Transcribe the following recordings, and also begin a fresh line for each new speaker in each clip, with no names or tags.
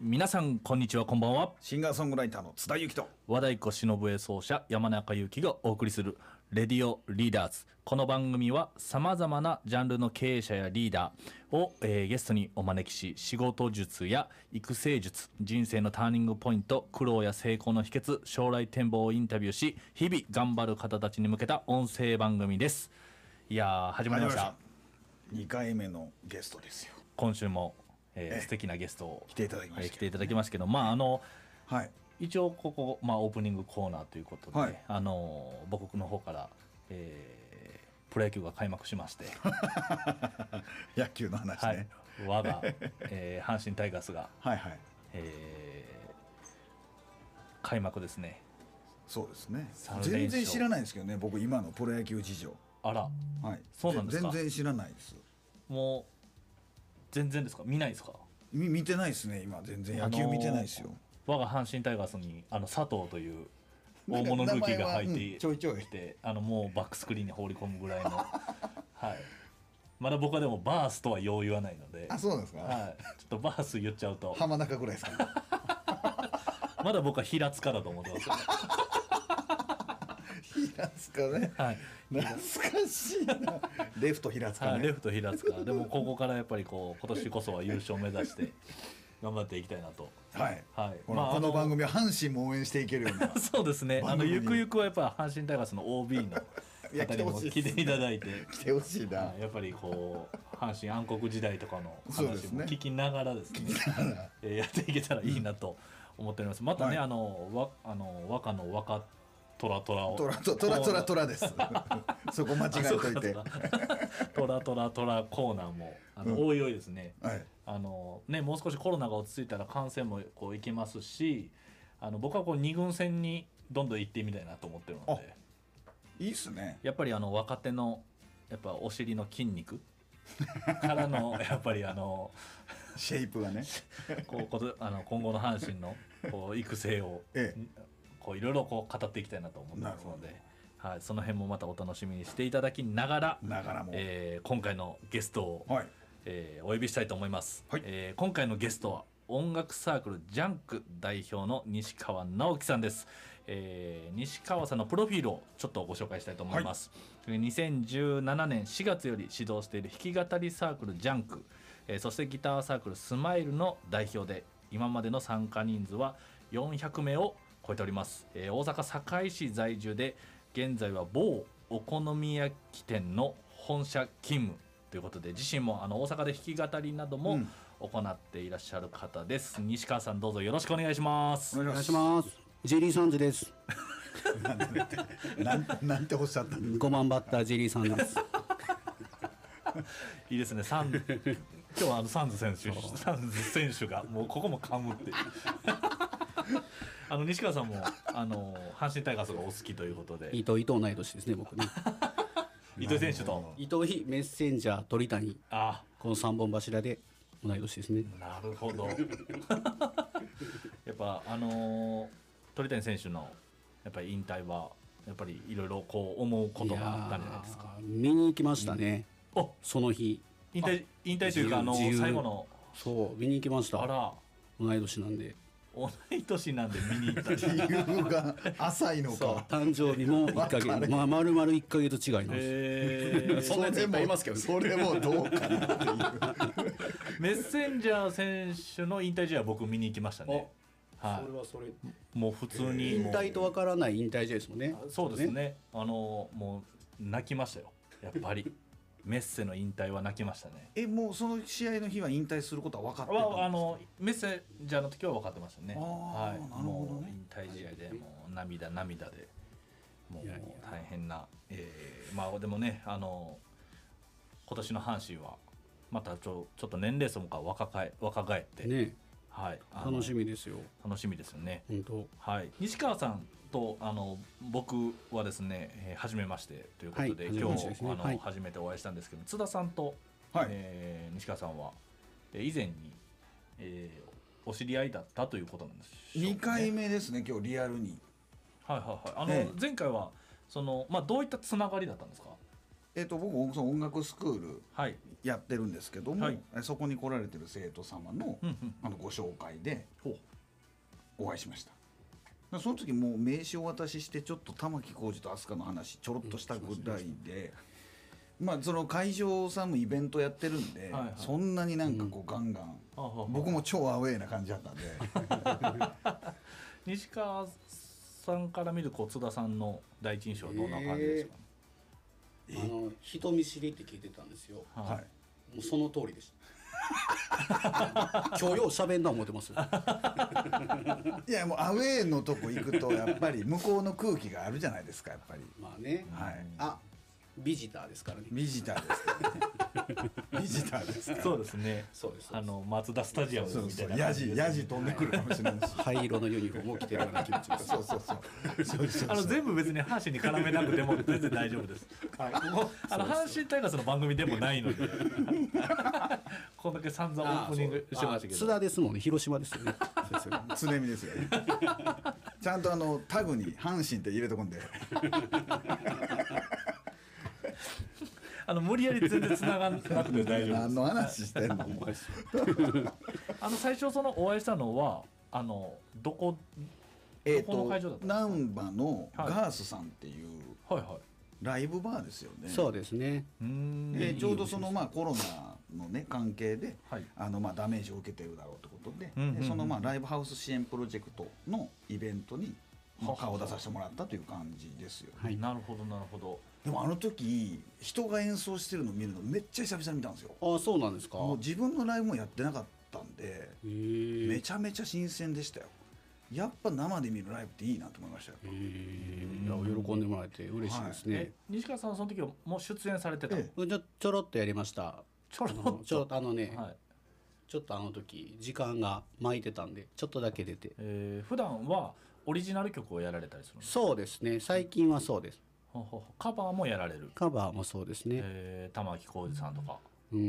皆さんこんにちはこんばんは
シンガーソングライターの津田ゆきと
和太鼓忍え奏者山中由紀がお送りする「レディオリーダーズ」この番組はさまざまなジャンルの経営者やリーダーを、えーゲストにお招きし仕事術や育成術人生のターニングポイント苦労や成功の秘訣将来展望をインタビューし日々頑張る方たちに向けた音声番組ですいやー始まりました
2回目のゲストですよ
今週も、えー
ええ
素敵なゲストを
来ていただきました
はい来ていただきますけど、まああの
はい
一応ここ、まあ、オープニングコーナーということで、
はい
あのー僕の方から、えープロ野球が開幕しまして、
野球の話
はい
ね、
我が、えー阪神タイガースが、
はい、はい
えー開幕ですね
そうですね
三連勝
全然知らないんですけどね僕今のプロ野球事情
あら
はい
そうなんですか
全然知らないです
もう全然ですか見ないですか
み見てないですね今全然野球見てないですよ、
あのー我が阪神タイガースにあの佐藤という大物ルーキーが入って
うんちょいちょい
きてあのもうバックスクリーンに放り込むぐ らいのはいまだ僕はでもバースとはよう言わないので
そうなんですか
はい、ちょっとバース言っちゃうと
浜中ぐらいですか、
まだ僕は平塚だと思ってますよ、
平塚ね
はい
懐かしいなレフト平塚ね、
はい、レフト平塚でもここからやっぱりこう今年こそは優勝目指して頑張っていきたいなと
はい、
はい
この,、
まああの
この番組は阪神も応援していけるような
そうですねあ
番
の
組に
ゆくゆくはやっぱ阪神タイガースの OB の
いや
方にも
来てほしい
来
ですね
ていただいて。
来てほしいな、
はいやっぱりこう阪神暗黒時代とかの
そうで
話
す
も
ね
聞きながらです ね えーやっていけたらいいなと思っておりますまたね、
はい
あのわあの若の若トラトラを
トラトトラトラトラです そこ間違えといて
あそうかそうかトラトラトラコーナーもあの、
うん
おいおいですね
はい
あのねもう少しコロナが落ち着いたら感染もこういきますしあの僕はこう二軍戦にどんどん行ってみたいなと思ってるので
いいっすね
やっぱりあの若手のやっぱお尻の筋肉 からのやっぱりあの
シェイプがね
こうことあの今後の阪神のこう育成を、
え
こういろいろこう語っていきたいなと思ってますの
な
で、はい、その辺もまたお楽しみにしていただきながら、
ながらも、
えー今回のゲストを、
はい
えーお呼びしたいと思います、
はい
えー今回のゲストは音楽サークルジャンク代表の西川直樹さんです、えー西川さんのプロフィールをちょっとご紹介したいと思います、えー2017年4月より指導している弾き語りサークルジャンク、えーそしてギターサークルスマイルの代表で今までの参加人数は400名を超えております、えー大阪堺市在住で現在は某お好み焼き店の本社勤務ということで自身もあの大阪で弾き語りなど
う
も
ん
行っていらっしゃる方です、西川さんどうぞよろしくお願いします
お
お
願
願
い
い
し
し
ま
ます。ジェリーサンズです。
すなんなんておっしゃったの
五番バッタージェリーサンズです。
いいですねサン今日はあのサンズ選手サンズ選手がもうここも噛むっていうあの西川さんもあの阪神タイガースがお好きということで
伊藤伊藤同い年ですね僕ね。
糸井選手と
伊藤ひメッセンジャー鳥谷
あ
この三本柱で同い年ですね。
なるほどやっぱあのー鳥谷選手のやっぱり引退はやっぱりいろいろこう思うことがあったんじゃないですか
いやー見に行きましたね。
お
その日。
引退引退というかあの
自由
最後の
そう見に行きまし
あ
た。
ら
同い年なんで。
同い年なんで見に行った
理由が浅いのか
誕生日 も一ヶ月、まあ丸々一ヶ月違いなんです。
えー
そんなやついっぱいいますけどね
それもどうかなっていう
メッセンジャー選手の引退試合は僕見に行きましたねは
はそれ。
いもう普通に
引退とわからない引退試合ですもんね。
そうですね。あのもう泣きましたよやっぱりメッセの引退は泣きましたね
えもうその試合の日は引退することは分かってたんです
はあのメッセンジャーの時は分かってましたね
あー
はい
なるほどね
もう引退試合でもう涙涙でもう
いやいや
大変なえーまあでもねあの今年の阪神はまたちょちょっと年齢層もか若返若返って、
ね
はい、あの
楽しみですよ。
楽しみですよね、
本当。
はい、西川さんとあの僕はですね、えー、初めましてということで、
はい
今
初めましてで
日、
すね
あの
はい
初めてお会いしたんですけど津田さんと、
はい
えー西川さんはえー以前に、えーお知り合いだったということなんです
2回目ですね今日リアルに
はいはいはいあの、
ええ
前回はその、まあ、どういったつながりだったんですか
えっと僕その音楽スクール
はい
やってるんですけども、
はい
えそこに来られてる生徒様の,、
うんうん
あのご紹介で
ほう
お会いしましたでその時もう名刺をお渡ししてちょっと玉置浩二と飛鳥の話ちょろっとしたぐらいで、まあその会場さんもイベントやってるんで、
はいはい
そんなになんかこうガンガン、
あはは
僕も超アウェーな感じだったんで
西川さんから見るこう津田さんの第一印象はどんな感じですか、
あの人見知りって聞いてたんですよ。
は
はい
もうその通りでした。 今日よう喋んな思ってます。
いやもうアウェーのとこ行くとやっぱり向こうの空気があるじゃないですかやっぱり
まあね。
はい
あ、ビジターですからね。
ビジターですからねビジターですから
そうですね
そうです。
あのマツダスタジアム
そう
みた
そ
いうな
ヤ
感じ
ジ
です
ヤジ飛んでくるかもしれないし
灰色のユニフォームを着てるような気持ちです。
そうそうそうそうそう
あの全部別に阪神に絡めなくても全然大丈夫です。はい、もうあの阪神タイガースの番組でもないので、 こんだけ散々オープニングしてましたけ
津
ど、
田ですもんね。広島ですよね。先生
常見ですよねちゃんとあのタグに阪神って入れとこんで
あの無理やり全然繋がんなくて大丈夫で
何
す。
の話してんの
お前っすよ
あの最初そのお会いしたのはあのどこ
えっ
この会場だっ
と
た
難波の
はい
ガースさんっていう
はいはい。
ライブバーですよね
そうですね。
うーん。
でちょうどそのまあコロナのね関係で
はい。
あのまあダメージを受けてるだろうってことで,で、
うんうんうん
そのまあライブハウス支援プロジェクトのイベントにまあ顔を出させてもらったという感じですよ、
はい。
なるほどなるほど。
でもあの時人が演奏してるの見るのめっちゃ久々に見たんですよ
あ、そうなんですか。
もう自分のライブもやってなかったんで
へ
め
え。
ちゃめちゃ新鮮でしたよやっぱ生で見るライブっていいなと思いましたよ、
へえ。いや喜んでもらえて嬉しいです
え
ね。
西川さんはその時はもう出演されてたの。
え
ちょちょろっとやりました。
ちょろ
あ
っ
の
と。
ちょろっとあのね、
はい。
ちょっとあの時時間が巻いてたんでちょっとだけ出て
えー、普段はオリジナル曲をやられたりするんです
そうですね最近はそうです
ほうほうほうカバーもやられる。
カバーもそうですね
えー、玉置浩二さんとか、
うー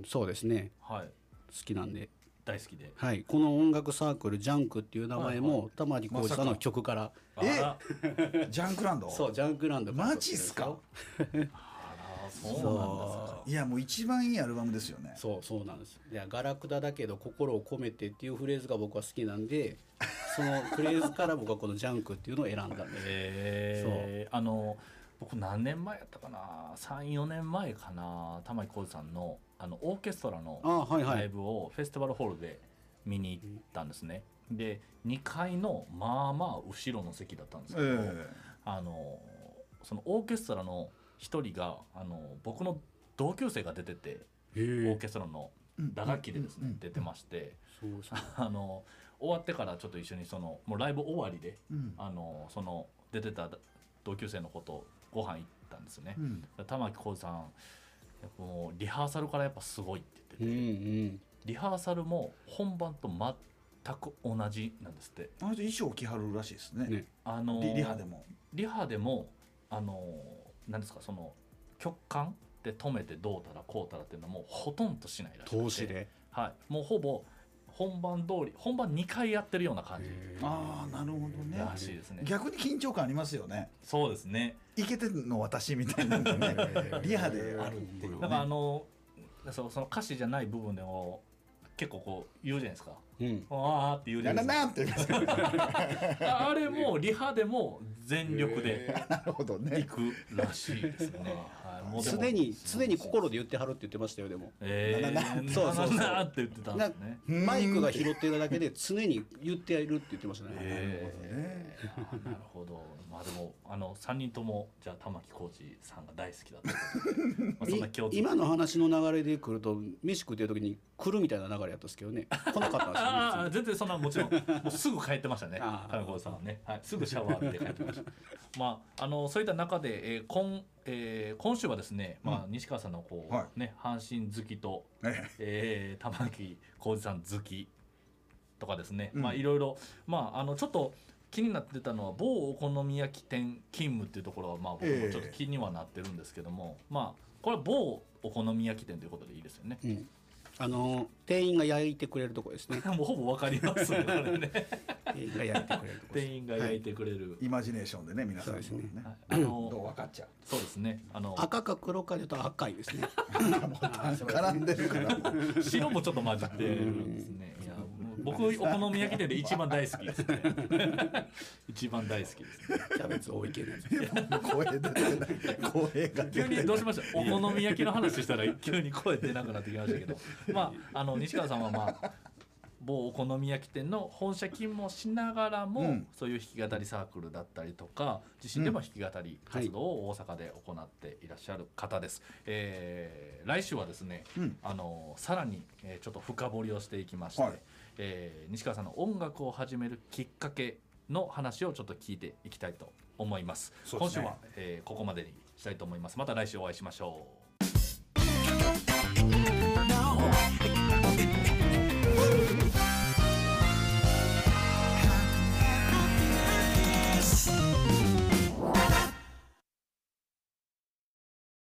んそうですね
はい、
好きなんで、
大好きで。
はい、この音楽サークル「ジャンク」っていう名前
はい
も玉置浩二さんの曲から
え
あ
ジャンクランド
そう「ジャンクランド」
マジっすか
らそうなんですか。
そ
いやもう一番いいアルバムですよね
うそうそうなんですいや「ガラクダだけど心を込めて」っていうフレーズが僕は好きなんでそのフレーズから僕はこの「ジャンク」っていうのを選んだんです
えー、あの僕何年前やったかな34年前かな玉置浩二さんのあのオーケストラの
あはいは
ライ
い
ブをフェスティバルホールで見に行ったんですね。で2階のまあまあ後ろの席だったんですけど、
え
あのそのオーケストラの一人があの僕の同級生が出てて
へ
オー
え
ケストラの打楽器でです
うんうん
ね
うん
出てまして
そうそう
あの終わってからちょっと一緒にそのもうライブ終わりで
えうん
あのその出てた同級生の子とご飯行ったんですよね
う。ん
玉置浩二さんやっぱもうリハーサルからやっぱすごいって
う
言
ん
っ
う
てて
ん
リハーサルも本番と全く同じなんですって
あの人衣装着はるらしいですね
ね
あの
リリハでも
リハでもあの何ですかその曲間で止めてどうたらこうたらっていうのはもうほとんどしないらしくて
投資で
はい、もうほぼ本番通り本番2回やってるような感じ
ああなるほどね
らしいですね
逆に緊張感ありますよね
そうですね
イケてんの私み たいなんでねリハであるっていう
だからあの、そうその歌詞じゃない部分でも結構こう言うじゃないですか
うん
わーって言うじ
な
ゃなんい
だ
で
なんって言いますね
すかああれもリハでも全力
へ
で
なるほど
行
ね
くらしいですね、はい、もうでも
常に常に心で言ってはるって言ってましたよでも
えー、
な
な
な
な
そうそうそう
なって言ってたんですね
マイクが
い
拾ってるだけで常に言ってやるって言ってましたね、
え
なるほ
ーあ
どね
ーなるほどまあでもあの3人ともじゃあ玉置浩二さんが大好きだったということで、まあ、そんな共通
今の話の流れで来ると飯食ってる時に来るみたいな流れやったんですけどね来なかったんですよ
ああ
ね
全然そんなもちろんもうすぐ帰ってましたね
あー
金子さんはね、はい、すぐシャワーで帰ってましたまああのそういった中で、えー今えー今週はですね、まあ、西川さんのこう、
は
ね阪神好きと、
え
えー玉置浩二さん好きとかですね、
うん
まあいろいろまああのちょっと気になってたのは某お好み焼き店勤務っていうところはまあ僕もちょっと気にはなってるんですけども、まあこれは某お好み焼き店ということでいいですよね
うんあの店員が焼いてくれるとこですね
もうほぼわかりますねこれね
店員が焼いてくれるとこです
店員が焼いてくれる、
イマジネーションでね皆さんも
そうです
ね
はいあ
ど
の
う分かっちゃう
そうですねあの
赤か黒かで言うと赤いですね
絡んでるからもう
白もちょっと混じってるんですね。いや、もう僕お好み焼き店で一番大好きですね。 一番大好きです、ね。
キャベツ大池のやつですね
声出て ない声が出
急
て
に
ない
どうしました。お好み焼きの話したら 急に声出なくなってきましたけど、まああの西川さんはまあ某お好み焼き店の本社勤務をしながらも、
うん
そういう弾き語りサークルだったりとか、自身でも弾き語り活動を大阪で行っていらっしゃる方です。えー来週はですね、
うん
あのさらに、えーちょっと深掘りをしていきまして、
はい
えー西川さんの音楽を始めるきっかけの話をちょっと聞いていきたいと思います
そうで
今
す
週
ね
は、えーここまでにしたいと思いますまた来週お会いしましょ
「
う